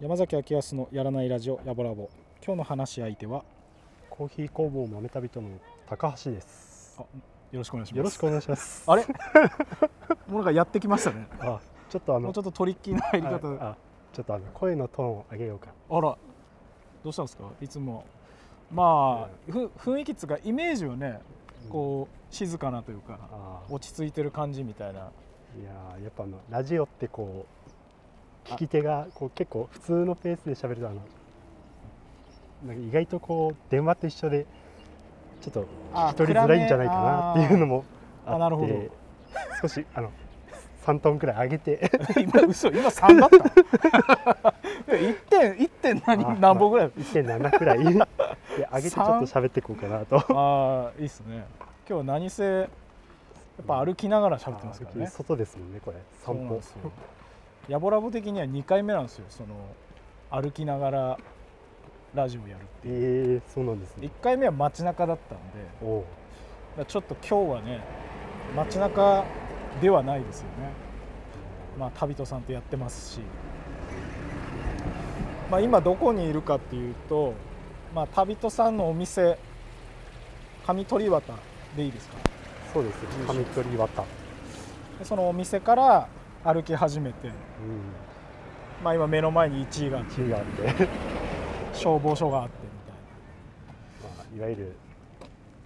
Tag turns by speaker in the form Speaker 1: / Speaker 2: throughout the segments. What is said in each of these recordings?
Speaker 1: 山崎明康のやらないラジオやぼラボ今日の話し相手は
Speaker 2: コーヒー工房豆旅人の高橋です
Speaker 1: あ。よろしくお願いします
Speaker 2: よろしくお願いします。
Speaker 1: あれもうなんかやってきましたね
Speaker 2: あ、ちょっとあ
Speaker 1: も
Speaker 2: の
Speaker 1: うちょっとトリッキーな入り方
Speaker 2: ああちょっとあの声のトーンを上げようか。
Speaker 1: あらどうしたんですかいつもまあ、ふ雰囲気っつうかイメージはねこう静かなというか
Speaker 2: うん。あー
Speaker 1: 落ち着いてる感じみたいない
Speaker 2: やーやっぱあのラジオってこう聞き手がこう結構普通のペースで喋るとあのなんか意外とこう電話と一緒でちょっと
Speaker 1: あ
Speaker 2: 聞き取りづらいんじゃないかなっていうのも
Speaker 1: あーあ
Speaker 2: あって
Speaker 1: なるほど
Speaker 2: 少しあの3トンくらい上げて
Speaker 1: 今嘘今3だった一点一点
Speaker 2: あ
Speaker 1: 何何本ぐらい
Speaker 2: 1.7くらいで上げてちょっと喋っていこうかなと。
Speaker 1: ああいいっすね今日は何せやっぱ歩きながら喋ってますから
Speaker 2: あー
Speaker 1: ね
Speaker 2: 外ですもんねこれ
Speaker 1: そ
Speaker 2: 散
Speaker 1: うなん
Speaker 2: 歩
Speaker 1: ですよヤボラボ的には2回目なんですよその歩きながらラジオやるっていう
Speaker 2: えー、そうなんですね
Speaker 1: 1回目は街中だったんで
Speaker 2: おお
Speaker 1: だからちょっと今日はね街中ではないですよねまあ旅人さんとやってますし、まあ、今どこにいるかっていうと、まあ、旅人さんのお店上鳥綿でいいですか
Speaker 2: そうです紙取り綿、
Speaker 1: でそのお店から歩き始めて、
Speaker 2: う
Speaker 1: まあ、今目の前に1位があっ
Speaker 2: ん、
Speaker 1: て
Speaker 2: 地位があって
Speaker 1: 消防署があってみたいな
Speaker 2: まあ、いわゆる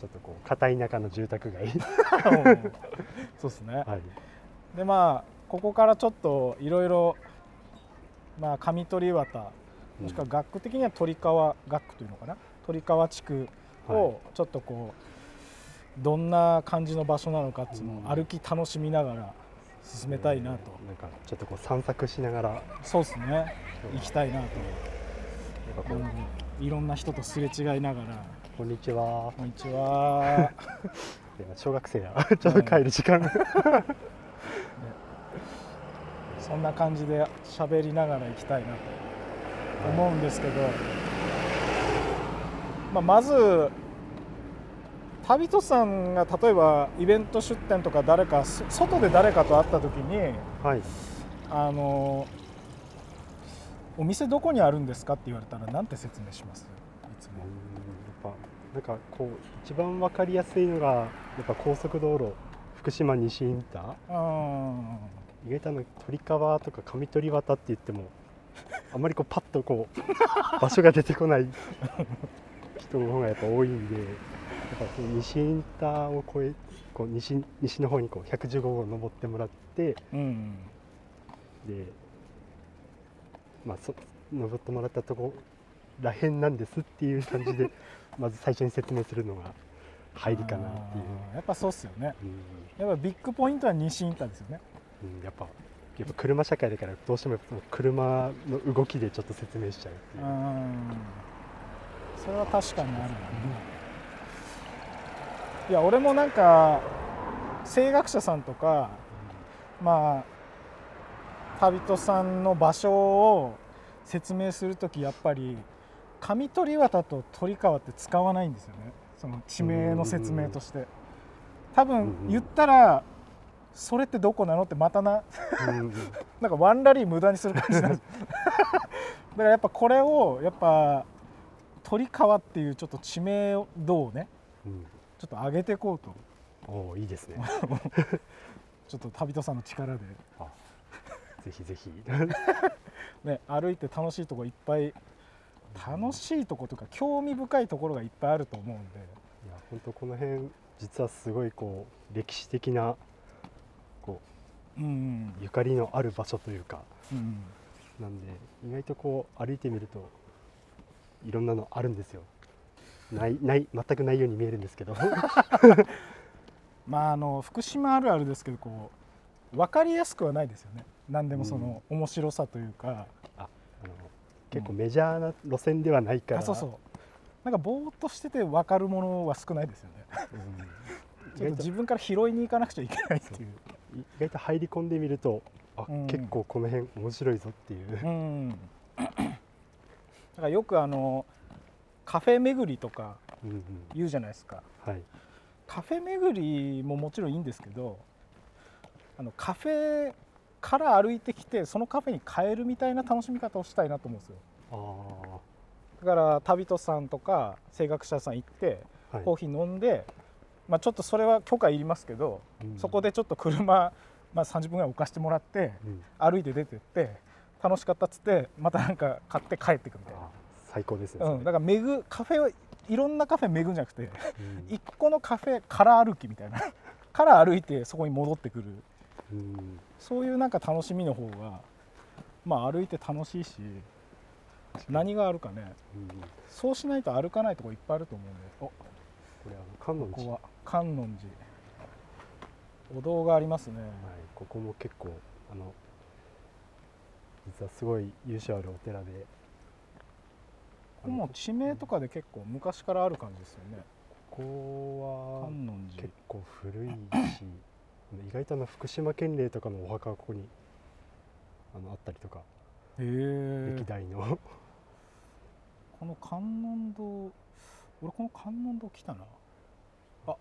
Speaker 2: ちょっとこう片田舎の住 宅街
Speaker 1: そうですね、
Speaker 2: はい
Speaker 1: でまあここからちょっといろいろまあ上鳥綿もしくは学区的には鳥川学区というのかな鳥川地区
Speaker 2: はい
Speaker 1: をちょっとこう、どんな感じの場所なのかっていうのを
Speaker 2: うん
Speaker 1: 歩き楽しみながら進めたいなと、
Speaker 2: なんかちょっとこう散策しながら
Speaker 1: そうですね行きたいなと、
Speaker 2: なんかこう、
Speaker 1: うんいろんな人とすれ違いながら
Speaker 2: こんにちは
Speaker 1: 「こんにちは」
Speaker 2: いや小学 生やちょっと帰る時間、
Speaker 1: そんな感じで喋りながら行きたいなと思うんですけど、まあ、まず旅人さんが例えばイベント出店とか誰かそ外で誰かと会った時に
Speaker 2: はい
Speaker 1: あのお店どこにあるんですかって言われたらなんて説明しますいつ
Speaker 2: うん
Speaker 1: も
Speaker 2: やっぱなんかこう一番わかりやすいのがやっぱ高速道路福島西インター
Speaker 1: あ
Speaker 2: 意外とあの鳥川とか上鳥綿って言ってもあまりこうパッとこう 場所が出てこない人の方がやっぱ多いんでやっぱその西インターを越えこう西西の方にこう115号を登ってもらって
Speaker 1: ーうん
Speaker 2: で、まあ、そ登ってもらったとこらへんなんですっていう感じでまず最初に説明するのが入りかなっていう。
Speaker 1: あーやっぱそうっすよね
Speaker 2: うん
Speaker 1: やっぱビッグポイントは西インターですよね
Speaker 2: うん、やっぱやっぱ車社会だからどうしてももう車の動きでちょっと説明しちゃうっていう、
Speaker 1: うんそれは確かにあるな、いや俺もなんか声楽者さんとかまあ旅人さんの場所を説明する時やっぱり上鳥綿と鳥川って使わないんですよねその地名の説明として多分言ったらそれってどこなのってまたな
Speaker 2: うんうん
Speaker 1: なんかワンラリー無駄にする感じなん ですだからやっぱこれをやっぱ鳥川っていうちょっと地名をどうね
Speaker 2: うん
Speaker 1: ちょっと上げていこうと
Speaker 2: おおいいですね
Speaker 1: ちょっと旅人さんの力で、
Speaker 2: あぜひぜひ
Speaker 1: ね、歩いて楽しいとこいっぱい楽しいとこというか興味深いところがいっぱいあると思うんで
Speaker 2: いや本当この辺実はすごいこう歴史的なこ
Speaker 1: うん
Speaker 2: うゆかりのある場所というか
Speaker 1: うん、うん、
Speaker 2: なんで意外とこう歩いてみるといろんなのあるんですよないない全くないように見えるんです けど
Speaker 1: まああの福島あるあるですけどこう分かりやすくはないですよね何でもその面白さというか、
Speaker 2: あの結構メジャーな路線ではないから、
Speaker 1: あそうそうなんかぼーっとしてて分かるものは少ないですよね
Speaker 2: うん
Speaker 1: ちょっと自分から拾いに行かなくちゃいけないっていう。
Speaker 2: 意外と入り込んでみるとあ、
Speaker 1: うん
Speaker 2: 結構この辺面白いぞっていう、
Speaker 1: うん、だからよくあのカフェ巡りとか
Speaker 2: うんうん、
Speaker 1: 言うじゃないですか
Speaker 2: はい
Speaker 1: カフェ巡りももちろんいいんですけどあのカフェから歩いてきてそのカフェに変えるみたいな楽しみ方をしたいなと思うんですよ
Speaker 2: ああ
Speaker 1: だから旅人さんとか声楽者さん行って
Speaker 2: はい
Speaker 1: コーヒー飲んで、まあ、ちょっとそれは許可いりますけど、
Speaker 2: うん
Speaker 1: そこでちょっと車、まあ、30分ぐらい置かしてもらって
Speaker 2: うん
Speaker 1: 歩いて出てって楽しかったっつってまたなんか買って帰ってくみたいな
Speaker 2: あ最高ですね、
Speaker 1: うん、だから巡るカフェはいろんなカフェ巡るんじゃなくて
Speaker 2: それうん
Speaker 1: 一個のカフェから歩きみたいな から歩いてそこに戻ってくる
Speaker 2: うん
Speaker 1: そういうなんか楽しみの方がまあ歩いて楽しいし何があるかね
Speaker 2: うんこ
Speaker 1: そうしないと歩かないとこいっぱいあると思うんでおこ
Speaker 2: れあの観音寺
Speaker 1: こは観音寺お堂がありますね
Speaker 2: はい、ここも結構あの実はすごい由緒あるお寺で
Speaker 1: ここも地名とかで結構昔からある感じですよね
Speaker 2: ここは
Speaker 1: 観音寺
Speaker 2: 結構古いしあの意外とあの福島県令とかのお墓がここにあのあったりとか
Speaker 1: へ
Speaker 2: 歴
Speaker 1: え
Speaker 2: 代の
Speaker 1: この観音堂俺この観音堂来たなあ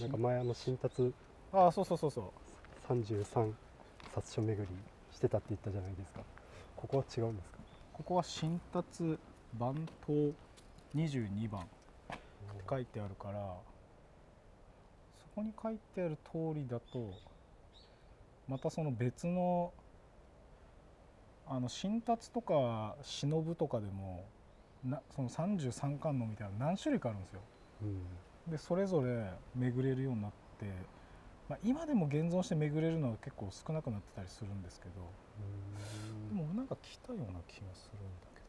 Speaker 2: なんか前あの新達
Speaker 1: ああそうそうそうそう
Speaker 2: 33冊書巡りしてたって言ったじゃないですかここは違うんですか
Speaker 1: ここは新達番頭22番って書いてあるからそこに書いてある通りだとまたその別のあの新達とか忍とかでもなその33巻のみたいな何種類かあるんですよ。
Speaker 2: うん
Speaker 1: でそれぞれ巡れるようになって、まあ、今でも現存して巡れるのは結構少なくなってたりするんですけど。
Speaker 2: うん
Speaker 1: でもなんか来たような気がするんだけ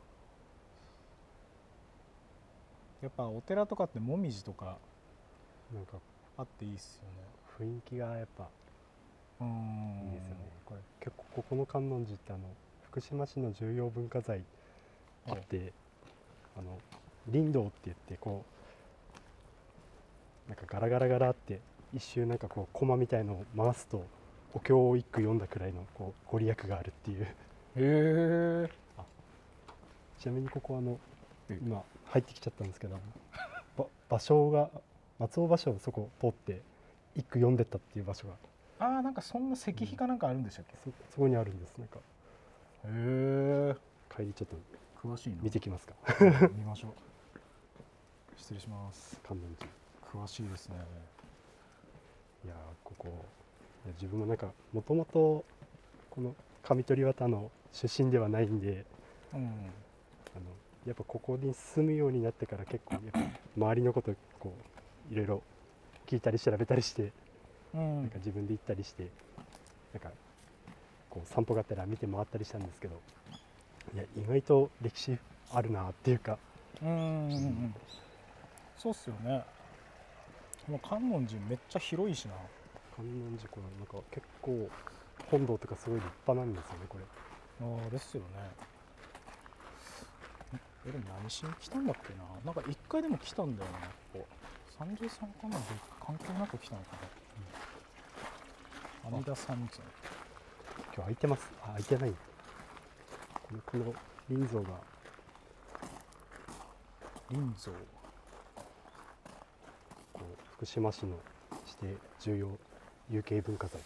Speaker 1: どやっぱお寺とかってもみじとか
Speaker 2: なんか
Speaker 1: あっていいっすよね
Speaker 2: 雰囲気がやっぱ
Speaker 1: うーん
Speaker 2: いいですよねこれ結構ここの観音寺ってあの福島市の重要文化財あってあの林道って言ってこうなんかガラガラガラって一周なんかこう駒みたいのを回すとお経を一句読んだくらいのこうご利益があるっていう
Speaker 1: へえ
Speaker 2: ちなみにここあの
Speaker 1: え
Speaker 2: 今入ってきちゃったんですけど ば芭蕉が松尾芭蕉をそこ通って一句読んでったっていう場所が
Speaker 1: あーなんかそんな石碑かなんかあるんでしたっけ、
Speaker 2: そそこにあるんですなんか
Speaker 1: へえ
Speaker 2: 帰りちょっと
Speaker 1: 詳しいな
Speaker 2: 見てきますか
Speaker 1: うん見ましょう失礼します
Speaker 2: 観音寺。
Speaker 1: 詳しいですね
Speaker 2: いやーここいや自分もなんかもともとこの上取綿の出身ではないんで
Speaker 1: うん
Speaker 2: あのやっぱここに住むようになってから結構やっぱ周りのことこういろいろ聞いたり調べたりして
Speaker 1: うん
Speaker 2: なんか自分で行ったりしてなんかこう散歩がてら見て回ったりしたんですけどいや意外と歴史あるなっていうか
Speaker 1: うんうんうんそうっすよねこの観音寺めっちゃ広いしな
Speaker 2: 観音寺このなんか結構本堂とかすごい立派なんですよねこれ。
Speaker 1: ああですよねえでも何しに来たんだっけななんか一回でも来たんだよなここ33かな関係なく来たのかな、
Speaker 2: うん
Speaker 1: 阿弥陀さんみたいな
Speaker 2: 今日空いてますあ空いてないこのこの人像が
Speaker 1: 林蔵
Speaker 2: こう福島市の指定重要有形文化財
Speaker 1: へ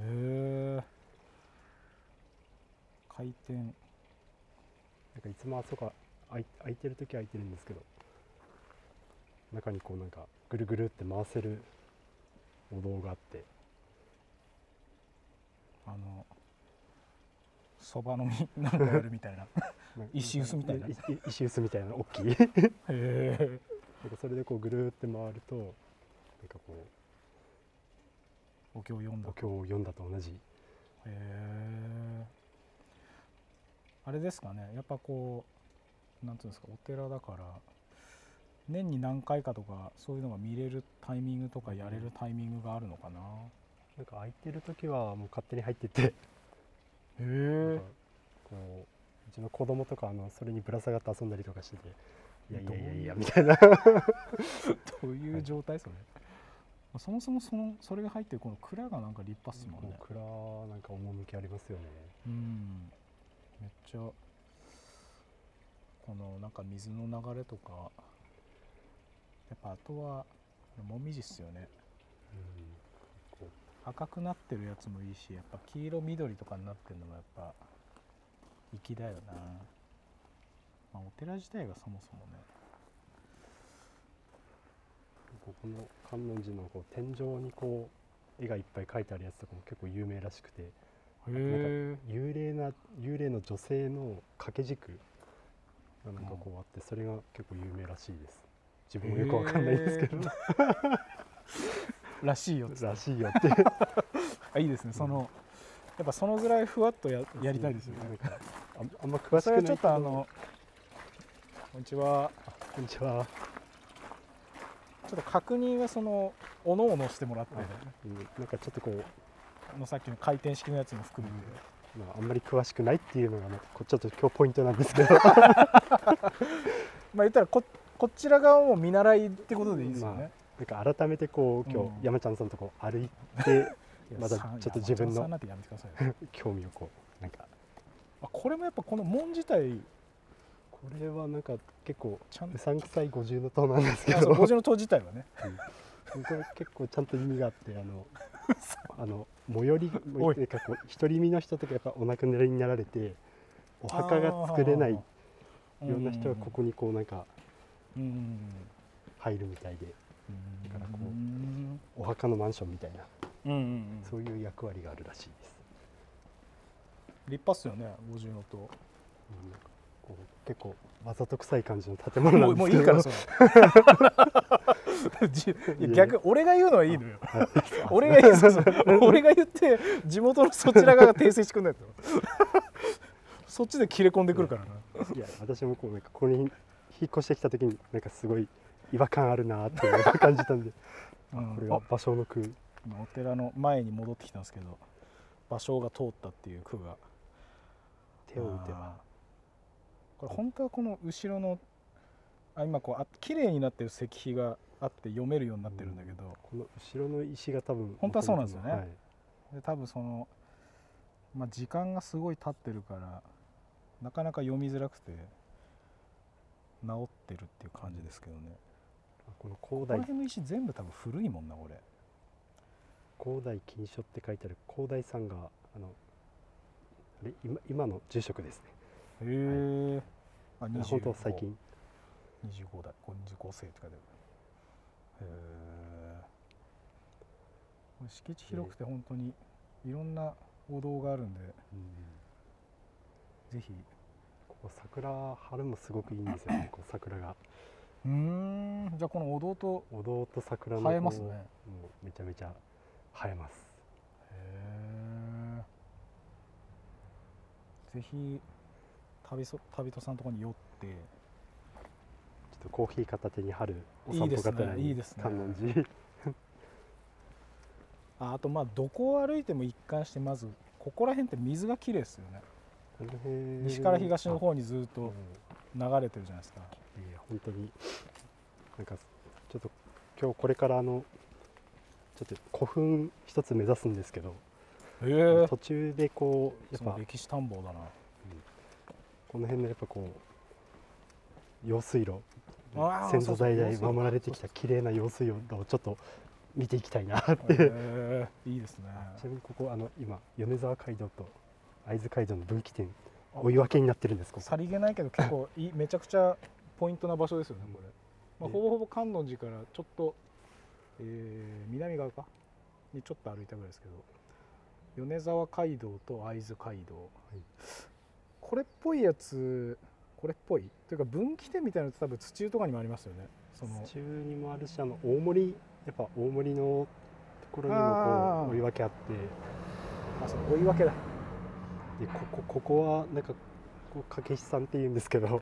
Speaker 1: え回転
Speaker 2: なんかいつもあそこは空い空いてる時は空いてるんですけど中にこうなんかぐるぐるって回せるお堂があって
Speaker 1: あのそばのみなんかやるみたいなへ
Speaker 2: なんか
Speaker 1: 石臼みたいな
Speaker 2: 石石臼みたいな大 きいなんか
Speaker 1: え
Speaker 2: それでこうぐるって回るとなんかこう
Speaker 1: お経を読んだ
Speaker 2: お経を読んだと同じ
Speaker 1: へえあれですかねやっぱこうなんていうんですかお寺だから年に何回かとかそういうのが見れるタイミングとかやれるタイミングがあるのかな
Speaker 2: なんか空いてる時はもう勝手に入ってって
Speaker 1: へ
Speaker 2: なん
Speaker 1: え
Speaker 2: かこううちの子供とかあのそれにぶら下がって遊んだりとかしてて「いやいやいやいや」みたいな
Speaker 1: どういう状態それあそもそもそのそれが入ってるこの蔵がなんか立派っすもんね
Speaker 2: この蔵なんか趣ありますよね
Speaker 1: うんめっちゃこのなんか水の流れとかやっぱあとはもみじっすよね
Speaker 2: うんこ
Speaker 1: 赤くなってるやつもいいしやっぱ黄色緑とかになってるのもやっぱ粋だよな、まあ、お寺自体がそもそもね
Speaker 2: うここの観音寺のこう天井にこう絵がいっぱい描いてあるやつとかも結構有名らしくてへ幽霊な幽霊の女性の掛け軸がなんかこうあってそれが結構有名らしいです自分もよくわかんないですけど、
Speaker 1: らしいよっつっ
Speaker 2: らしいよって
Speaker 1: あいいですねそのやっぱそのぐらいふわっとや やりたいですよ
Speaker 2: なん
Speaker 1: ね
Speaker 2: かあんあんま詳し
Speaker 1: そ
Speaker 2: く
Speaker 1: れは
Speaker 2: ないけ
Speaker 1: ちょ
Speaker 2: ど
Speaker 1: っとあのこんにちは
Speaker 2: こんにちは、
Speaker 1: ちょっと確認はそのおのおのしてもらって、
Speaker 2: うんなんかちょっとこう
Speaker 1: あのさっきの回転式のやつも含めて、
Speaker 2: まあ、あんまり詳しくないっていうのがねこちょっと今日ポイントなんです けど
Speaker 1: まあ言ったらここちら側も見習いってことでいいですよね、
Speaker 2: なんか改めてこう今
Speaker 1: うん
Speaker 2: 日山ちゃんさんとこう歩いて
Speaker 1: いや
Speaker 2: まだ
Speaker 1: さ
Speaker 2: ちょっと自分の
Speaker 1: いや松本さんなんてやめてくださいよ
Speaker 2: 興味をこうなんか
Speaker 1: あこれもやっぱこの門自体
Speaker 2: これはなんか結構
Speaker 1: ちゃん
Speaker 2: う
Speaker 1: と
Speaker 2: さんくさい五重の塔なんですけ
Speaker 1: あ
Speaker 2: ど
Speaker 1: そう五重の塔自体はね
Speaker 2: これ結構ちゃんと意味があってあのあの最寄り
Speaker 1: おい
Speaker 2: なんかこう独り身の人とかやっぱお亡くなりになられてお墓が作れないよ
Speaker 1: あー
Speaker 2: うな人がここにこうなんか
Speaker 1: うんうん
Speaker 2: 入るみたいで
Speaker 1: うん
Speaker 2: だからこう
Speaker 1: うん
Speaker 2: お墓のマンションみたいな
Speaker 1: うんうん
Speaker 2: そういう役割があるらしいです。
Speaker 1: 立派っすよね五重の塔
Speaker 2: うんなんかこう結構わざと臭い感じの建物なんですけ
Speaker 1: もうも
Speaker 2: ど
Speaker 1: ういいからそれ じいや逆に俺が言うのはいいのよ
Speaker 2: はい
Speaker 1: 俺が言うそうそう俺が言って地元のそちら側が訂正してくん ないとそっちで切れ込んでくるからな、
Speaker 2: いや私もこうなんかここに引っ越してきた時になんかすごい違和感あるなーっていうのを感じたんで
Speaker 1: うん
Speaker 2: これは
Speaker 1: あ
Speaker 2: 芭蕉の句
Speaker 1: 今お寺の前に戻ってきたんですけど芭蕉が通ったっていう句が
Speaker 2: 手を打てば
Speaker 1: あーこれ本当はこの後ろのあ今こうあ綺麗になってる石碑があって読めるようになってるんだけど、
Speaker 2: この後ろの石が多分
Speaker 1: 本当はそうなんですよね
Speaker 2: はい
Speaker 1: で多分その、まあ、時間がすごい経ってるからなかなか読みづらくて治ってるっていう感じですけどね、
Speaker 2: この高
Speaker 1: この
Speaker 2: 台
Speaker 1: 辺の石全部多分古いもんなこれ
Speaker 2: 高台金書って書いてある高台さんがあのあれ今今の住職ですね
Speaker 1: へえ、あ
Speaker 2: あ本当最近
Speaker 1: 25代これ25世って書いてあるへえこれ敷地広くて本当にいろんなお堂があるんでぜひ
Speaker 2: ここ桜春もすごくいいんですよね こう桜が
Speaker 1: うーんじゃあこのお堂と
Speaker 2: お堂と桜の
Speaker 1: 映えます
Speaker 2: こう
Speaker 1: ね
Speaker 2: もうめちゃめちゃ映えます
Speaker 1: へえぜひ旅そ旅人さんのところに寄って
Speaker 2: ちょっとコーヒー片手に春お
Speaker 1: いい
Speaker 2: 散
Speaker 1: で
Speaker 2: 歩
Speaker 1: すね
Speaker 2: 片手に
Speaker 1: いいですね
Speaker 2: 観音寺
Speaker 1: ああとまあどこを歩いても一貫してまずここら辺って水がきれいですよね
Speaker 2: この辺
Speaker 1: 西から東の方にずっ
Speaker 2: あ
Speaker 1: と
Speaker 2: うん
Speaker 1: 流れてるじゃないですか
Speaker 2: いや本当になんかちょっと今日これからあのちょっと古墳一つ目指すんですけど、
Speaker 1: へえ
Speaker 2: 途中でこうやっ
Speaker 1: その
Speaker 2: ぱ
Speaker 1: 歴史探訪だな
Speaker 2: この辺のやっぱこう用水路
Speaker 1: あー
Speaker 2: 先
Speaker 1: そ
Speaker 2: 祖代
Speaker 1: うそう用水
Speaker 2: 々
Speaker 1: 路
Speaker 2: 守られてきた綺麗な用水路をちょっと見ていきたいなって、
Speaker 1: へえいい ですね
Speaker 2: ちなみにここあの今米沢街道と会津街道の分岐点追い分けになってるんですここ
Speaker 1: さりげないけど結構いいめちゃくちゃポイントな場所ですよねこれ、まあ、
Speaker 2: で
Speaker 1: ほぼほぼ観音寺からちょっと、えー南側かにちょっと歩いたぐらいですけど米沢街道と会津街道、
Speaker 2: い
Speaker 1: これっぽいやつこれっぽいというか分岐点みたいなのって多分土湯とかにもありますよねその
Speaker 2: 中にもあるしあの大森やっぱ大森のところに
Speaker 1: あ
Speaker 2: も
Speaker 1: ー
Speaker 2: こう追い分けあって
Speaker 1: あその追い分けだ
Speaker 2: でここここはなんかこう掛けさんって言うんですけどあの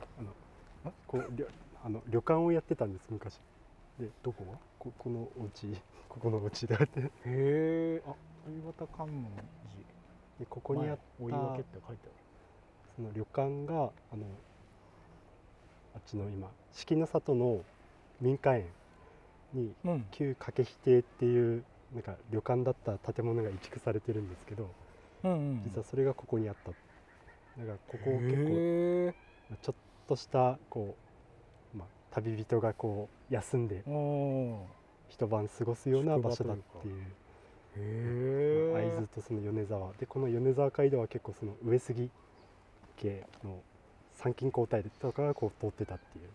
Speaker 1: ん
Speaker 2: こう旅あの旅館をやってたんです昔
Speaker 1: どこ
Speaker 2: ここのお家 ここのお家であってで
Speaker 1: へえあ追い渡観音寺
Speaker 2: ここにあっ
Speaker 1: 追い分けって書いてある
Speaker 2: その旅館があのあっちの今四季の里の民家園に
Speaker 1: うん
Speaker 2: 旧掛引っていうなんか旅館だった建物が移築されてるんですけど
Speaker 1: うんうん
Speaker 2: 実はそれがここにあっただからここを結構
Speaker 1: へ
Speaker 2: ちょっとしたこう、まあ、旅人がこう休んで
Speaker 1: えお
Speaker 2: 一晩過ごすような場所だっ
Speaker 1: 宿場と
Speaker 2: てい
Speaker 1: ー
Speaker 2: う
Speaker 1: へ
Speaker 2: まあ
Speaker 1: え
Speaker 2: 会津とその米沢でこの米沢街道は結構その上杉家の参勤交代とかがこう通ってたっていう、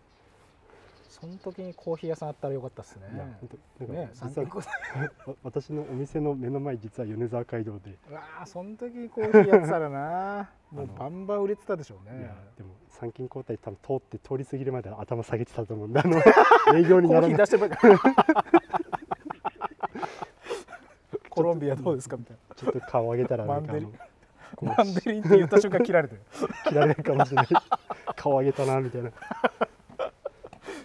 Speaker 1: その時にコーヒー屋さんあったらよかったですね
Speaker 2: いや本当なん
Speaker 1: ね
Speaker 2: か
Speaker 1: 三
Speaker 2: 実は
Speaker 1: 軒コーヒー
Speaker 2: わ私のお店の目の前実は米沢街道で、
Speaker 1: うわあその時にコーヒーやってたらなもう
Speaker 2: あの
Speaker 1: バンバン売れてたでしょう
Speaker 2: い
Speaker 1: ね
Speaker 2: やでも参勤交代多分通って通り過ぎるまで頭下げてたと思うんであの営業 に
Speaker 1: コ
Speaker 2: な
Speaker 1: ー
Speaker 2: ら
Speaker 1: ヒー
Speaker 2: ない
Speaker 1: 出してばっかりコロンビアどうですかみたい
Speaker 2: ちょっと顔上げたらなんか あ
Speaker 1: マン
Speaker 2: の
Speaker 1: デ
Speaker 2: こ
Speaker 1: な
Speaker 2: う
Speaker 1: マンデリンって言った瞬間切られ てる
Speaker 2: 切られるかもしれない顔上げたなみたいな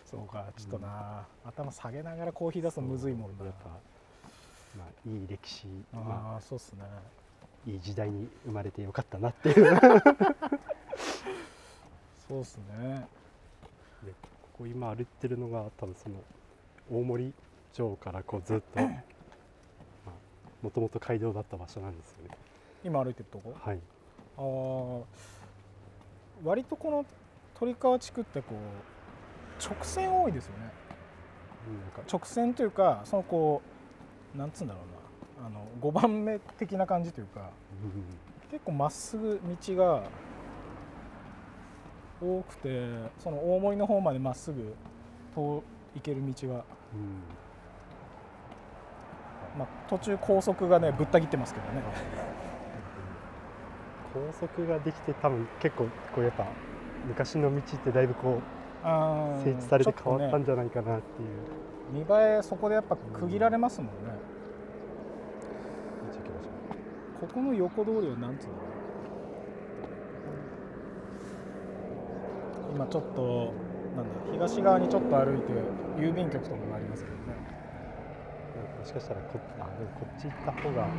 Speaker 1: そうかちょっとな、頭下げながらコーヒー出すのむずいもんな
Speaker 2: やっぱ、まあ、いい歴史ま
Speaker 1: ああそうっすね
Speaker 2: あ、いい時代に生まれてよかったなっていう
Speaker 1: そうっすね
Speaker 2: でここ今歩いてるのが多分その大森城からこうずっ ともともと街道だった場所なんですよね
Speaker 1: 今歩いてるとこ
Speaker 2: はい
Speaker 1: あー割とこの鳥川地区ってこう直線多いですよね
Speaker 2: なんか
Speaker 1: 直線というかそのこうなんつうんだろうなあの5番目的な感じというか結構まっすぐ道が多くてその大森の方までまっすぐと行ける道が、
Speaker 2: うん、うん
Speaker 1: まあ、途中高速がねぶった切ってますけどね
Speaker 2: 高速ができて多分結構こうやっぱ昔の道ってだいぶこう
Speaker 1: 整
Speaker 2: 整地されて変わったんじゃないかなっていう、
Speaker 1: 見栄えそこでやっぱ区切られますもんね、
Speaker 2: 道行きましょう
Speaker 1: ここの横通りはなんつうんだろう今ちょっとなんだ東側にちょっと歩いて郵便局とかがありますけどね
Speaker 2: もしかしたらこあでもこっち行った方が
Speaker 1: も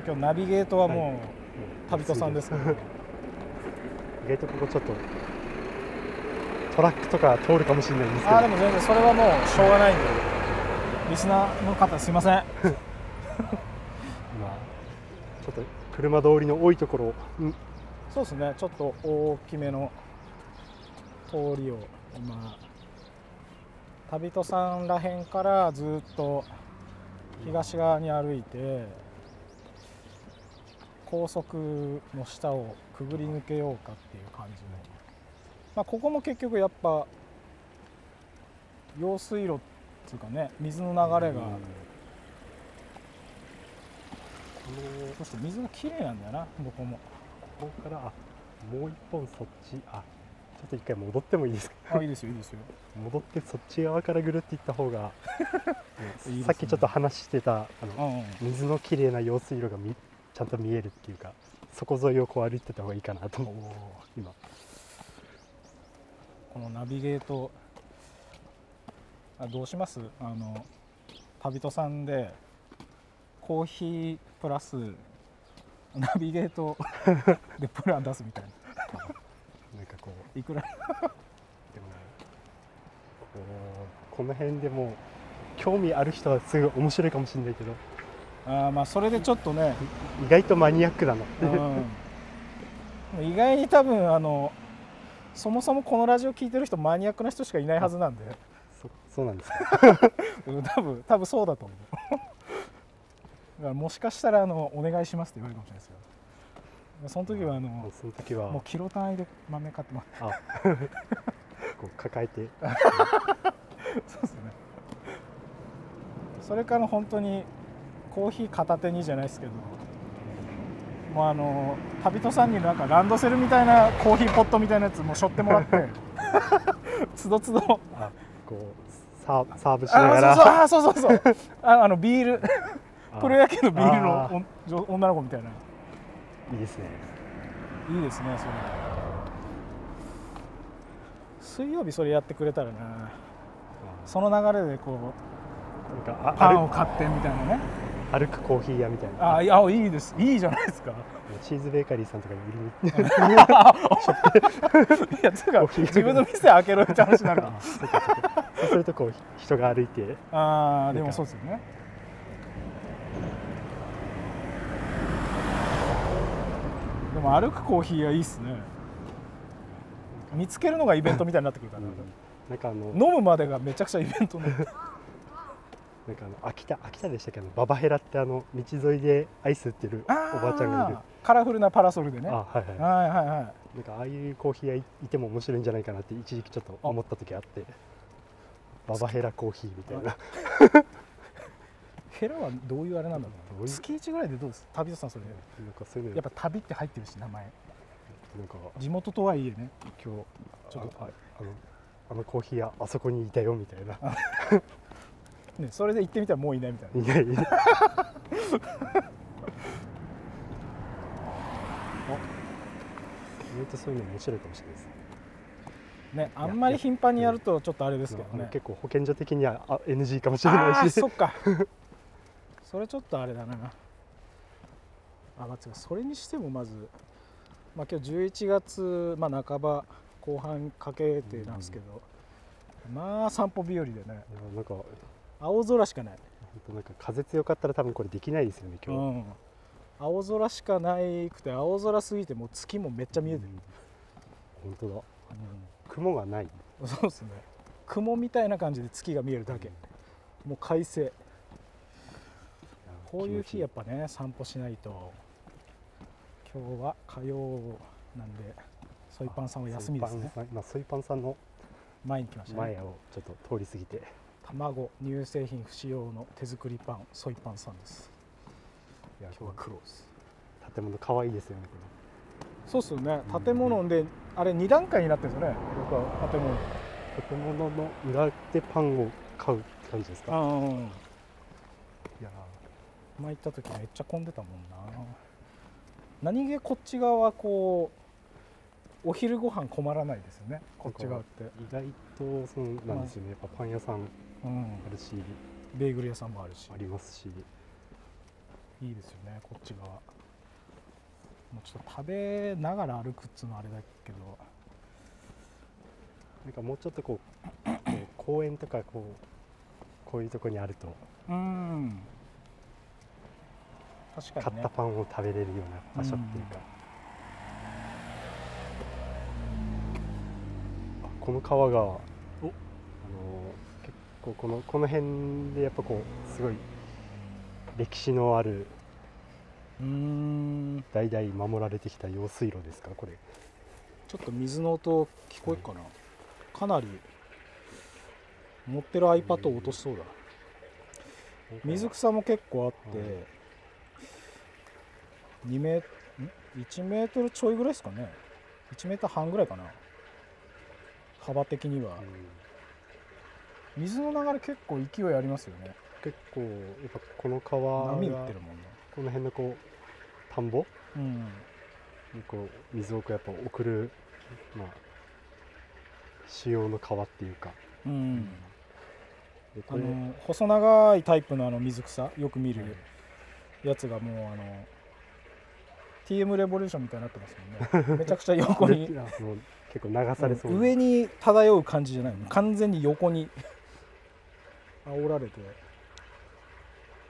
Speaker 1: う今日ナビゲートはもう旅人さんですけど、
Speaker 2: 意外とここちょっとトラックとか通るかもしれないんですけ
Speaker 1: あ
Speaker 2: ど
Speaker 1: あでも全然それはもうしょうがないんでリスナーの方すいません
Speaker 2: まあちょっと車通りの多いところをうん
Speaker 1: そうですねちょっと大きめの通りを今旅人さんらへんからずっと東側に歩いて高速の下をくぐり抜けようかっていう感じの、まあ、ここも結局やっぱ用水路っていうかね水の流れが、
Speaker 2: うんこ
Speaker 1: そして水がきれいなんだよなどこも
Speaker 2: のここからあもう一本そっちあちょっと一回戻ってもいいですか
Speaker 1: あいいですよいい ですよ
Speaker 2: 戻ってそっち側からぐるって行った方が
Speaker 1: いいですね
Speaker 2: さっきちょっと話してたあ
Speaker 1: う
Speaker 2: の
Speaker 1: んうん
Speaker 2: 水のきれいな用水路がみちゃんと見えるっていうかそこ沿いをこう歩いてた方がいいかなと思う今
Speaker 1: このナビゲートあどうしますあの旅人さんでコーヒープラスナビゲート でプラン出すみたいな
Speaker 2: なんかこう
Speaker 1: いくら
Speaker 2: でもねこうこの辺でもう興味ある人はすごい面白いかもしれないけど
Speaker 1: あーまあそれでちょっとね、
Speaker 2: 意外とマニアックだな
Speaker 1: うん意外に多分あのそもそもこのラジオ聞いてる人マニアックな人しかいないはずなんで
Speaker 2: そそうなんですか
Speaker 1: うん多分多分そうだと思う だからもしかしたらあの「お願いします」って言われるかもしれないですよその時はあの、
Speaker 2: もうその時
Speaker 1: もう
Speaker 2: は
Speaker 1: キロ単位で豆買ってます
Speaker 2: あこう抱えて
Speaker 1: そうですね それから本当にコーヒー片手にじゃないですけどもうあの旅人さんになんかランドセルみたいなコーヒーポットみたいなやつもう背負ってもらって つどつど
Speaker 2: あこうサーサーブしながら
Speaker 1: あそうそうあそうそうそうああのビール
Speaker 2: あ
Speaker 1: プロ野球のビール
Speaker 2: あ
Speaker 1: のお女女の子みたいない
Speaker 2: いですね
Speaker 1: いいですねそれ水曜日それやってくれたらな
Speaker 2: あ
Speaker 1: その流れでこう
Speaker 2: なんかあ
Speaker 1: パ
Speaker 2: あ
Speaker 1: ンを買ってみたいなね
Speaker 2: 歩歩くコーヒー屋みたいな
Speaker 1: あいやいいですいいじゃないです か
Speaker 2: チーズベーカリーさんとかに売りに
Speaker 1: いやつうか自分の店開けろよって話になる
Speaker 2: あ そうかそうかそうするとこうひ人が歩いて
Speaker 1: ああでもそうですよねでも歩くコーヒーはいいっすね見つけるのがイベントみたいになってくるから、
Speaker 2: なんかあの
Speaker 1: 飲むまでがめちゃくちゃイベント の
Speaker 2: なんかあの秋田秋田でしたっけあのババヘラってあの道沿いでアイス売ってるおばあちゃんがいる
Speaker 1: あーカラフルなパラソルでね
Speaker 2: あ
Speaker 1: は
Speaker 2: はいはいい
Speaker 1: はいはい
Speaker 2: なんかああいうコーヒー屋いても面白いんじゃないかなって一時期ちょっと思った時あってババヘラコーヒーみたいな
Speaker 1: ヘラはどういうあれなんだろう
Speaker 2: どういう
Speaker 1: 月1ぐらいでどうです旅人さんそれ
Speaker 2: なんかそういうの
Speaker 1: やっぱ旅って入ってるし名前
Speaker 2: なんか
Speaker 1: 地元とはいえね
Speaker 2: 今日ちょ
Speaker 1: ちょっと
Speaker 2: ああのあのコーヒー屋あそこにいたよみたいな
Speaker 1: ねそれで行ってみたらもういないみたい
Speaker 2: いないいない意外とそういうの面白いかもしれないです
Speaker 1: なねあんまり頻繁にやるとちょっとあれですけど
Speaker 2: あの
Speaker 1: ね
Speaker 2: 結構保健所的にはあ NG かもしれ
Speaker 1: あ
Speaker 2: な
Speaker 1: あ
Speaker 2: いし
Speaker 1: そっかそれちょっとあれだなあまあつうかそれにしてもまず、まあ、今日11月、まあ、半ば後半かけてなんですけど、まあ散歩日和でね
Speaker 2: いやなんか本
Speaker 1: 青空しかない、
Speaker 2: 当なんか風強かったら多分これできないですよね
Speaker 1: う
Speaker 2: 今日、
Speaker 1: ん、青空しかないくて青空すぎてもう月もめっちゃ見えてる、
Speaker 2: うん本当だ雲がない
Speaker 1: うんそうですね雲みたいな感じで月が見えるだけ、もう快晴こういう日やっぱね散歩しないと今日は火曜なんでソイパンさんは休みですね
Speaker 2: 今ソイパンさんの
Speaker 1: 前に来ました
Speaker 2: 前
Speaker 1: ね
Speaker 2: をちょっと通り過ぎて
Speaker 1: 卵乳製品不使用の手作りパンソイパンさんです
Speaker 2: いや
Speaker 1: 今日はクローズ
Speaker 2: 建物可愛いですよねこ
Speaker 1: そうっすよね建物であれ2段階になってるんですよね
Speaker 2: れなんか
Speaker 1: 建物
Speaker 2: 建物の裏でパンを買うって感じですか
Speaker 1: あうん
Speaker 2: いや
Speaker 1: 前行った時めっちゃ混んでたもんな何気こっち側はこうお昼ご飯困らないですよねこっち側って、
Speaker 2: ー意外とそのなんですよねやっぱパン屋さん
Speaker 1: うん、
Speaker 2: あるし
Speaker 1: ベーグル屋さんもあるし
Speaker 2: ありますし
Speaker 1: いいですよねこっち側もうちょっと食べながら歩くっつうのはあれだけど
Speaker 2: なんかもうちょっとこうこう公園とかこうこういうとこにあると
Speaker 1: うん確かに
Speaker 2: 買っ
Speaker 1: ね
Speaker 2: たパンを食べれるような場所っていうか、あこの川があの結構このこの辺でやっぱこうすごい歴史のある
Speaker 1: うん
Speaker 2: 代々守られてきた用水路ですかこれ
Speaker 1: ちょっと水の音聞こえっかな、かなり持ってる iPad を落としそうだ水草も結構あって、
Speaker 2: はい
Speaker 1: 2メん1メートルちょいぐらいですかね1メーター半ぐらいかな幅的には
Speaker 2: うん
Speaker 1: 水の流れ結構勢いありますよね
Speaker 2: 結構やっぱこの川が
Speaker 1: 波打ってるもんね
Speaker 2: この辺のこう田んぼ
Speaker 1: うん
Speaker 2: にこう水をこうやっぱ送るまあ主要の川っていうか
Speaker 1: うん、
Speaker 2: でこ
Speaker 1: あ
Speaker 2: れ
Speaker 1: の細長いタイプのあの水草よく見
Speaker 2: う
Speaker 1: る
Speaker 2: ん
Speaker 1: やつがもうあの TM レボリューションみたいになってますもんね めちゃくちゃ横に
Speaker 2: であの結構流されそうな、
Speaker 1: 上に漂う感じじゃないの完全に横に煽られて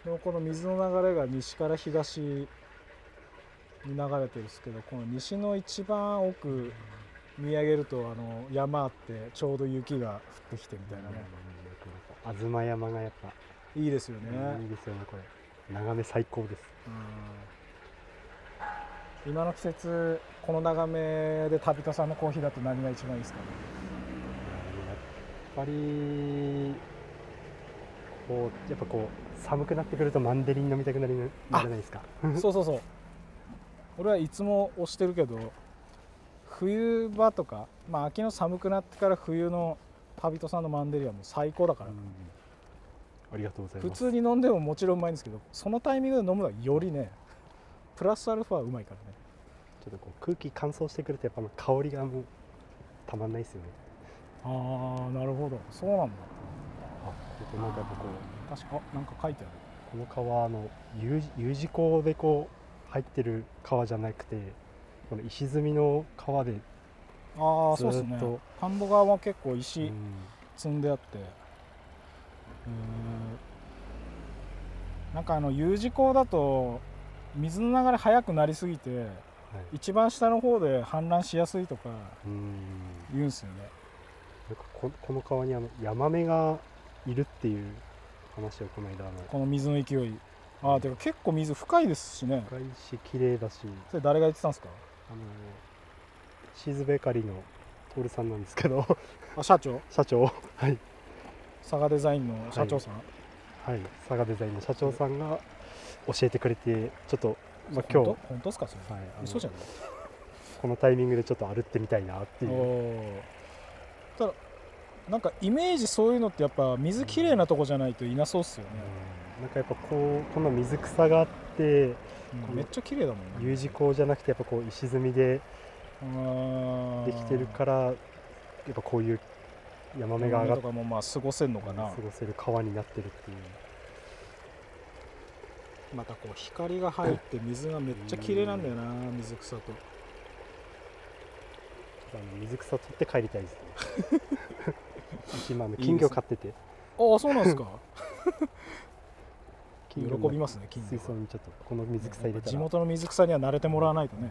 Speaker 1: でもこの水の流れが西から東に流れてるんですけどこの西の一番奥見上げるとあの山あってちょうど雪が降ってきてみたいなね、
Speaker 2: うん東山がやっぱ、
Speaker 1: いいですよね、
Speaker 2: いいですよねこれ眺め最高です
Speaker 1: うん今の季節この眺めで旅人さんのコーヒーだと何が一番いいですかね
Speaker 2: やっぱりこうやっぱこう寒くなってくるとマンデリン飲みたくなりなならないですか
Speaker 1: そうそうそう俺はいつも押してるけど冬場とか、まあ、秋の寒くなってから冬の旅人さんのマンデリはもう最高だから、
Speaker 2: うんありがとうござい
Speaker 1: 普
Speaker 2: ます
Speaker 1: 通に飲んでももちろんうまいんですけどそのタイミングで飲むのはよりねプラスアルファうまいからね
Speaker 2: ちょっとこう空気乾燥してくるとやっぱあの香りがもうたまんないですよね
Speaker 1: ああなるほどそうなんだ
Speaker 2: あなんかやっぱこう
Speaker 1: 確かあなんか書いてある
Speaker 2: ここの川あの U, U 字工でこう入ってる川じゃなくてこの石積みの川で、
Speaker 1: ああそうです
Speaker 2: ずーっ
Speaker 1: ね
Speaker 2: と
Speaker 1: 田んぼ側も結構石
Speaker 2: うん
Speaker 1: 積んであって、うんなんかあの U 字工だと水の流れ速くなりすぎて
Speaker 2: はい
Speaker 1: 一番下の方で氾濫しやすいとか
Speaker 2: うん
Speaker 1: 言うんすよね
Speaker 2: なんかここの川にあのヤマメがいるっていう話をこの間あの
Speaker 1: この水の勢いああてか結構水深いですしね
Speaker 2: 深いし綺麗だし
Speaker 1: それ誰が言ってたんですか
Speaker 2: あのシーズベーカリーの徹さんなんですけど
Speaker 1: あ社長
Speaker 2: 社長はい
Speaker 1: 佐賀デザインの社長さん、
Speaker 2: はい佐賀デザインの社長さんが教えてくれてちょっと、まあ、今
Speaker 1: 本
Speaker 2: 日
Speaker 1: 当本当ですかそれ、
Speaker 2: はい、あの
Speaker 1: 嘘じゃない
Speaker 2: このタイミングでちょっと歩ってみたいなっていう
Speaker 1: おーただなんかイメージそういうのってやっぱ水きれいなとこじゃないといなそうっすよね、
Speaker 2: うんなんかやっぱこうこの水草があって
Speaker 1: うん
Speaker 2: うん
Speaker 1: めっちゃ綺麗だもんね
Speaker 2: U 字工じゃなくてやっぱこう石積みでできてるからやっぱこういうヤマ
Speaker 1: ら
Speaker 2: メが上がっ
Speaker 1: とかもまあ過ごせんのかな
Speaker 2: 過ごせる川になってるっていう
Speaker 1: またこう光が入って水がめっちゃ綺麗なんだよな水草と
Speaker 2: あの水草取って帰りた いですねうち今あの金魚飼ってて
Speaker 1: ああそうなんですか喜
Speaker 2: 金魚の
Speaker 1: びますね 金魚
Speaker 2: 水槽にちょっとこの水草入れたら
Speaker 1: 地元の水草には慣れてもらわないとね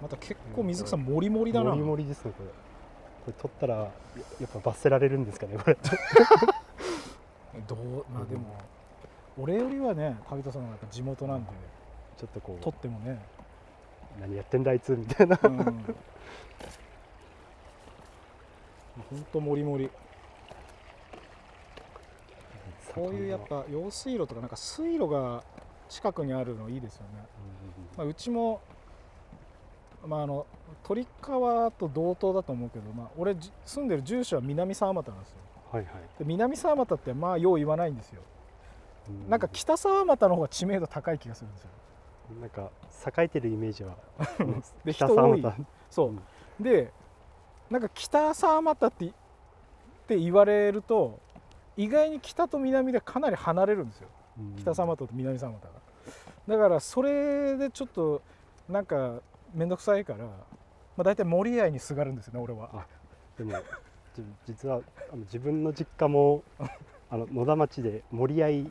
Speaker 2: う
Speaker 1: また結構水草もりもりだ
Speaker 2: ん
Speaker 1: な
Speaker 2: モリモリですねこれこれ取ったらややっぱ罰せられるんですかねこれ
Speaker 1: どうまあでも俺よりはね旅人さんの方がやっぱ地元なんで
Speaker 2: ちょっとこ
Speaker 1: 取ってもね
Speaker 2: う何やってんだあいつみたいな
Speaker 1: うんほんともりもりこういうやっぱ用水路とかなんか水路が近くにあるのいいですよね、まあ、うちも、まあ、あの鳥川と同等だと思うけど、まあ、俺じ住んでる住所は南沢俣なんですよ
Speaker 2: はいはい
Speaker 1: で南沢俣ってまあよう言わないんですよ
Speaker 2: ううう
Speaker 1: なんか北沢俣の方が知名度高い気がするんですよ
Speaker 2: なんか栄えてるイメージは
Speaker 1: で
Speaker 2: 北
Speaker 1: 人多い
Speaker 2: 三股
Speaker 1: そう、でなんか北沢俣ってって言われると意外に北と南でかなり離れるんですよ
Speaker 2: うん
Speaker 1: 北沢俣と南沢俣がだからそれでちょっとなんか面倒くさいから、まあ、大体森合にすがるんですよね俺は
Speaker 2: あでもじ実はあの自分の実 家もあの野田町で森合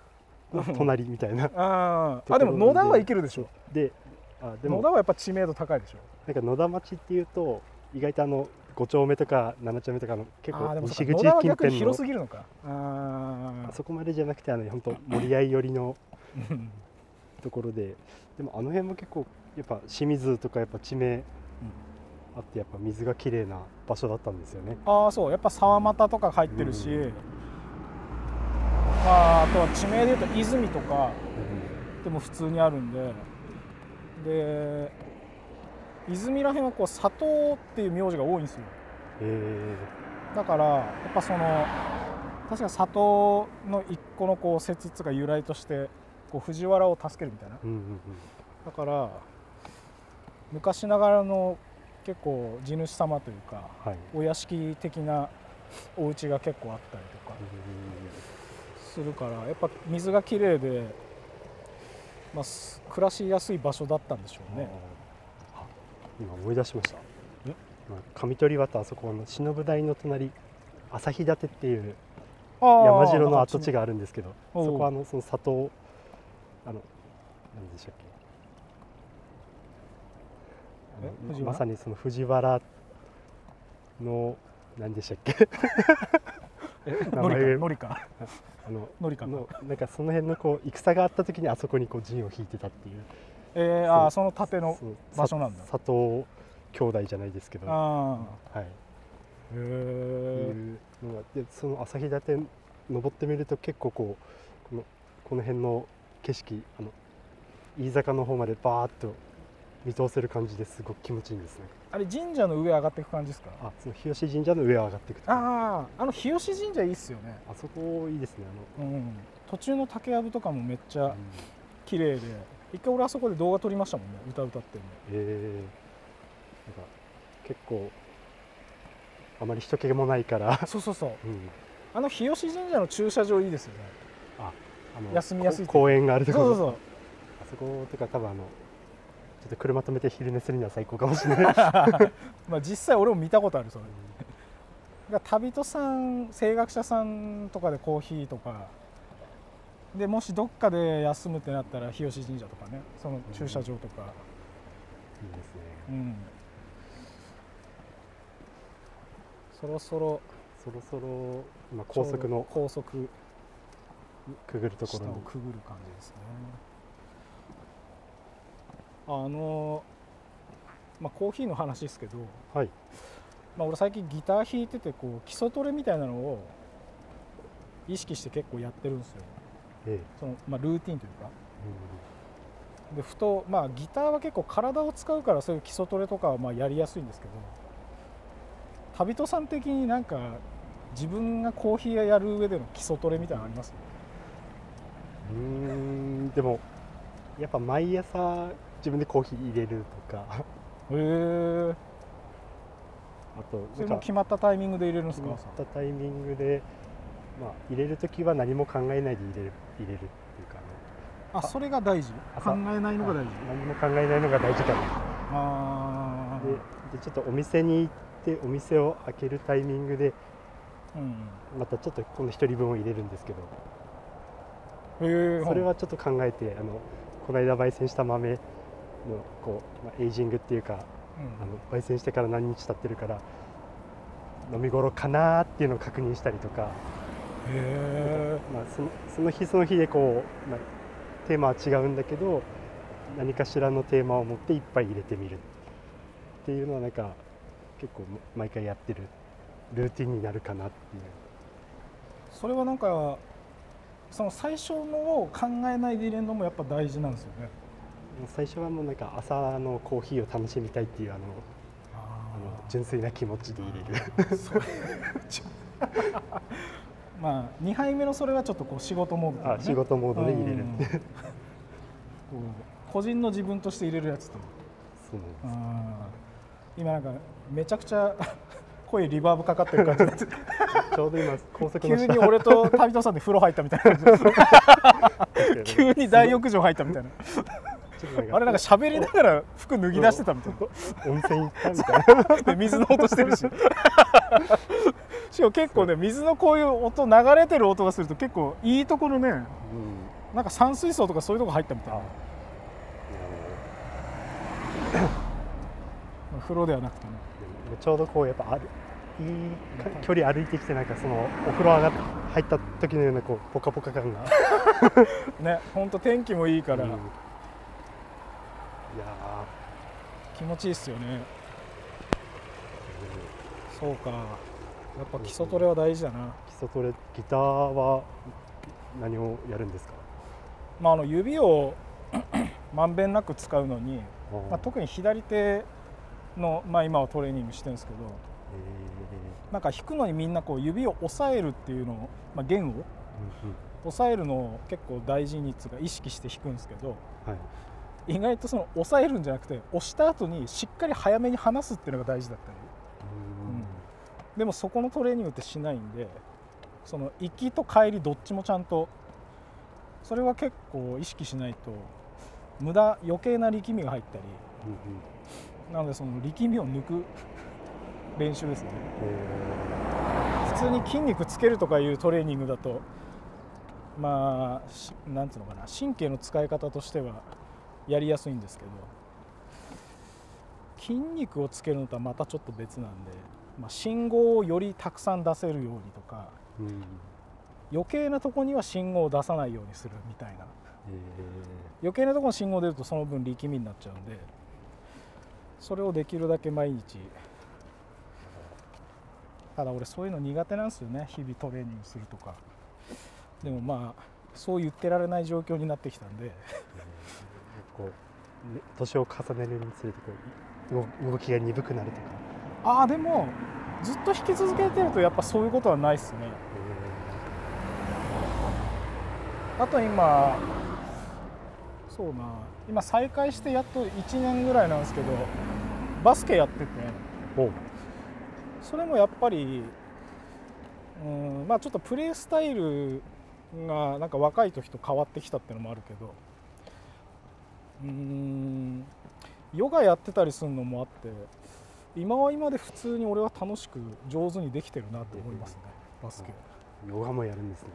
Speaker 2: の隣みたい な
Speaker 1: あ
Speaker 2: ところ
Speaker 1: ああでも野田はいけるでし
Speaker 2: そ
Speaker 1: ょ
Speaker 2: うであで
Speaker 1: 野
Speaker 2: も
Speaker 1: 田はやっぱ知名度高いでしょ
Speaker 2: なんか野田町っていうと意外とあの5丁目とか7丁目とかの結
Speaker 1: あ
Speaker 2: 構
Speaker 1: あでもそ
Speaker 2: 西
Speaker 1: うか
Speaker 2: 口
Speaker 1: 野田は
Speaker 2: 近
Speaker 1: 逆に
Speaker 2: 辺の
Speaker 1: 広すぎるのかあ
Speaker 2: あそこまでじゃなくてあの本当森合寄りのところででもあの辺も結構やっぱ清水とかやっぱ地名あってやっぱ水がきれいな場所だったんですよね。
Speaker 1: ああそうやっぱ沢俣とか入ってるし、
Speaker 2: うん
Speaker 1: まあ、あとは地名でいうと泉とかでも普通にあるんでで泉らへんはこう佐藤っていう名字が多いんですよ
Speaker 2: え
Speaker 1: だからやっぱその確か佐藤の一個のこう説つが由来としてこう藤原を助けるみたいな
Speaker 2: ーうんうん
Speaker 1: だから昔ながらの結構地主様というか
Speaker 2: うん、はい。
Speaker 1: お屋敷的なお家が結構あったりとかするからやっぱ水がきれいで、まあ、す暮らしやすい場所だったんでしょうね。
Speaker 2: あ今思い出しました
Speaker 1: え
Speaker 2: 今上鳥綿あそこの忍ぶ台の隣旭立っていう山
Speaker 1: 山
Speaker 2: 城の跡地があるんですけど
Speaker 1: おう
Speaker 2: そこはあのその佐藤あの何でしたっけあの
Speaker 1: え藤原
Speaker 2: まさにその藤原の何でしたっ け名
Speaker 1: のり
Speaker 2: 前
Speaker 1: か
Speaker 2: が
Speaker 1: のりか
Speaker 2: あの
Speaker 1: のりか
Speaker 2: のなんかその辺のこう戦があった時にあそこにこう陣を引いてたっていう
Speaker 1: えー、
Speaker 2: そう
Speaker 1: あーその盾の
Speaker 2: そう
Speaker 1: 場所なんだ
Speaker 2: さ佐藤兄弟じゃないですけどは
Speaker 1: あ
Speaker 2: い
Speaker 1: ーへ
Speaker 2: い
Speaker 1: え
Speaker 2: うのがでその朝日立て登ってみると結構こうこのこの辺の景色あの飯坂の方までバーッと見通せる感じですごく気持ちいいんですね
Speaker 1: あれ神社の上上がっていく感じですか
Speaker 2: あその日吉神社の上を上がっていくとこ
Speaker 1: あああの日吉神社いいっすよね、
Speaker 2: あそこいいですねあ
Speaker 1: うん、途中の竹やぶとかもめっち
Speaker 2: の、
Speaker 1: ゃ
Speaker 2: うん
Speaker 1: 綺麗で一回俺あそこで動画撮りましたもんね歌歌ってるの
Speaker 2: えーなんか結構あまり人気もないから
Speaker 1: そうそうそう
Speaker 2: うん
Speaker 1: あの日吉神社の駐車場いいですよね
Speaker 2: あの
Speaker 1: 休みやすい
Speaker 2: こ公園がある
Speaker 1: そ
Speaker 2: と
Speaker 1: う
Speaker 2: ころ
Speaker 1: そうそう
Speaker 2: あそことか多分あのちょっと車止めて昼寝するには最高かも しれない
Speaker 1: まあ実際俺も見たことあるそれだから旅人さん声楽者さんとかでコーヒーとかでもしどっかで休むってなったら日吉神社とかねその駐車場とか、
Speaker 2: いいですね
Speaker 1: うんそろそろ
Speaker 2: そろそろ今高速の
Speaker 1: 高速
Speaker 2: くぐるとこ
Speaker 1: 下
Speaker 2: ろ
Speaker 1: を
Speaker 2: に
Speaker 1: くぐる感じですねあのまあコーヒーの話ですけど、
Speaker 2: はい
Speaker 1: まあ、俺最近ギター弾いててこう基礎トレみたいなのを意識して結構やってるんですよ
Speaker 2: ええ
Speaker 1: その、まあ、ルーティンというかでふと、まあ、ギターは結構体を使うからそういう基礎トレとかはまあやりやすいんですけど旅人さん的になんか自分がコーヒーやる上での基礎トレみたいなのあります
Speaker 2: うんうーんでもやっぱ毎朝自分でコーヒー入れるとか
Speaker 1: へえ
Speaker 2: あと
Speaker 1: そ
Speaker 2: な
Speaker 1: れ
Speaker 2: ん
Speaker 1: も
Speaker 2: か
Speaker 1: 決まったタイミングで入れるんです
Speaker 2: 決
Speaker 1: か
Speaker 2: まったタイミングで、まあ、入れる時は何も考えないで入れる入れるっていうかね
Speaker 1: あそれが大事考
Speaker 2: 朝
Speaker 1: えないのが大事
Speaker 2: 何も考えないのが大事かな
Speaker 1: ああ
Speaker 2: ででちょっとお店に行ってお店を開けるタイミングで
Speaker 1: うん
Speaker 2: またちょっとこの1人分を入れるんですけど
Speaker 1: へえ
Speaker 2: それはちょっと考えてあのこの間焙煎した豆のこう、まあエイジングっていうかあの焙煎してから何日経ってるから飲み頃かなーっていうのを確認したりとか、
Speaker 1: へえ
Speaker 2: まあ、そのその日その日でこう、まあテーマは違うんだけど何かしらのテーマを持って一杯入れてみるっていうのはなんか結構毎回やってるルーティンになるかなっていう。
Speaker 1: それはなんかその最初のを考えないで入れるのもやっぱ大事なんですよね
Speaker 2: 最初はもうなんか朝のコーヒーを楽しみたいっていうあのあの純粋な気持ちで入れる
Speaker 1: それちょまあ2杯目のそれはちょっとこう仕事モードとかね、
Speaker 2: あ仕事モードで入れる
Speaker 1: うんこう個人の自分として入れるやつと
Speaker 2: そうなんです
Speaker 1: うん今なんかめちゃくちゃ 声リバーブかかってる感じで
Speaker 2: ちょうど今高速
Speaker 1: 急
Speaker 2: の下
Speaker 1: に俺と旅人さんで風呂入ったみたいな感じ 急に大浴場入ったみたいな
Speaker 2: ちょっと
Speaker 1: あれなんか喋りながら服脱ぎ出してたみたい
Speaker 2: 温泉行ったみたいな
Speaker 1: なで水の音して るししかも結構ね水のこういう音流れてる音がすると結構いいところね
Speaker 2: うん
Speaker 1: なんか山水槽とかそういうとこ入ったみたい
Speaker 2: あ
Speaker 1: な風呂ではなくてね
Speaker 2: でもちょうどこうやっぱあるいいか距離歩いてきてなんかそのお風呂上がっ入った時のようなこうポカポカ感が、
Speaker 1: ねほんと天気もいいから
Speaker 2: うんいや
Speaker 1: 気持ちいいっすよね
Speaker 2: ー、うん
Speaker 1: そうかやっぱ基礎トレは大事だな
Speaker 2: 基礎トレギターは何をやるんですか、
Speaker 1: まああの指を まんべんなく使うのにまあ、特に左手の、まあ、今はトレーニングしてるんですけどなんか弾くのにみんなこう指を押さえるっていうのを、まあ、弦を
Speaker 2: えーうんうん
Speaker 1: 押さえるのを結構大事につうか意識して弾くんですけど
Speaker 2: はい
Speaker 1: 意外とその押さえるんじゃなくて押した後にしっかり早めに離すっていうのが大事だったり
Speaker 2: うん
Speaker 1: でもそこのトレーニングってしないんでその行きと帰りどっちもちゃんとそれは結構意識しないと無駄余計な力みが入ったり
Speaker 2: うんうん
Speaker 1: なのでその力みを抜く練習ですね普
Speaker 2: え
Speaker 1: 通に筋肉つけるとかいうトレーニングだとまあしなんていうのかな神経の使い方としてはやりやすいんですけど筋肉をつけるのとはまたちょっと別なんで、まあ、信号をよりたくさん出せるようにとか
Speaker 2: ーうん
Speaker 1: 余計なとこには信号を出さないようにするみたいな
Speaker 2: え
Speaker 1: 余計なところに信号出るとその分力みになっちゃうんでそれをできるだけ毎日ただ俺そういうの苦手なんですよね日々トレーニングするとかでもまあそう言ってられない状況になってきたんで
Speaker 2: ーこうね年を重ねるにつれてこうい動動きが鈍くなるとか、
Speaker 1: ああでもずっと引き続けてるとやっぱそういうことはないっすね
Speaker 2: え
Speaker 1: あと今そうな今再開してやっと1年ぐらいなんですけどバスケやってて
Speaker 2: ー、お
Speaker 1: それもやっぱりうんまあちょっとプレースタイルがなんか若い時と変わってきたってのもあるけどうーんヨガやってたりするのもあって今は今で普通に俺は楽しく上手にできてるなと思いますねバスケ
Speaker 2: ヨガもやるんですね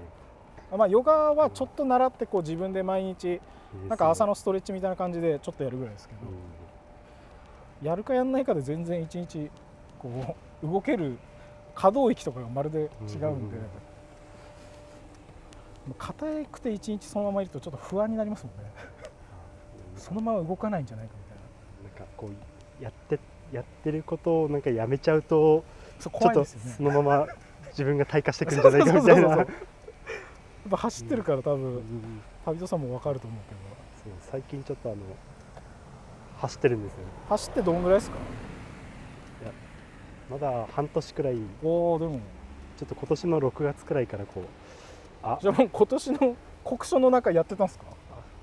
Speaker 1: あまあヨガはちょっと習ってこう自分で毎日なんか朝の、ストレッチみたいな感じでちょっとやるぐらいですけど
Speaker 2: えーそう
Speaker 1: やるかやんないかで全然一日こう動ける可動域とかがまるで違
Speaker 2: うんう
Speaker 1: うん
Speaker 2: ん
Speaker 1: でまあ硬くて一日そのままいるとちょっと不安になりますもんね
Speaker 2: う ん
Speaker 1: そのまま動かないんじゃないかみたいな
Speaker 2: なんかこうやってやってることをなんかやめちゃうと
Speaker 1: そう
Speaker 2: ちょ
Speaker 1: 怖
Speaker 2: っ
Speaker 1: いで
Speaker 2: と
Speaker 1: すよね
Speaker 2: そのま ま自分が退化してくんじゃないかみた
Speaker 1: そ
Speaker 2: い
Speaker 1: うそうそう
Speaker 2: な
Speaker 1: そうやっぱ走ってるから多
Speaker 2: う
Speaker 1: 分
Speaker 2: ん
Speaker 1: 旅人さんも分かると思うけど
Speaker 2: そう最近ちょっとあの走ってるんですよ
Speaker 1: 走ってどんぐらいですか
Speaker 2: まだ半年くらいちょ
Speaker 1: おおでも
Speaker 2: っと今年の6月くらいからこうあ
Speaker 1: じゃあもう今年の酷暑の中やってたんですか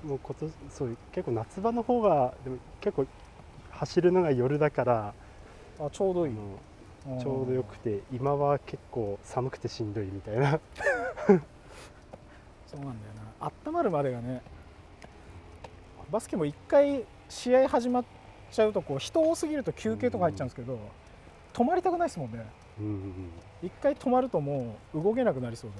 Speaker 2: もう今年そう結構夏場の方がでも結構走るのが夜だから
Speaker 1: あちょうど
Speaker 2: あ
Speaker 1: いい
Speaker 2: のちょうどよくて今は結構寒くてしんどいみたいな
Speaker 1: そうなんだよな温まるまでがねバスケも一回試合始まっちゃうとこう人多すぎると休憩とか入っちゃうんですけど、止まりたくないですもんね
Speaker 2: うんうんうん
Speaker 1: 一回止まるともう動けなくなりそうで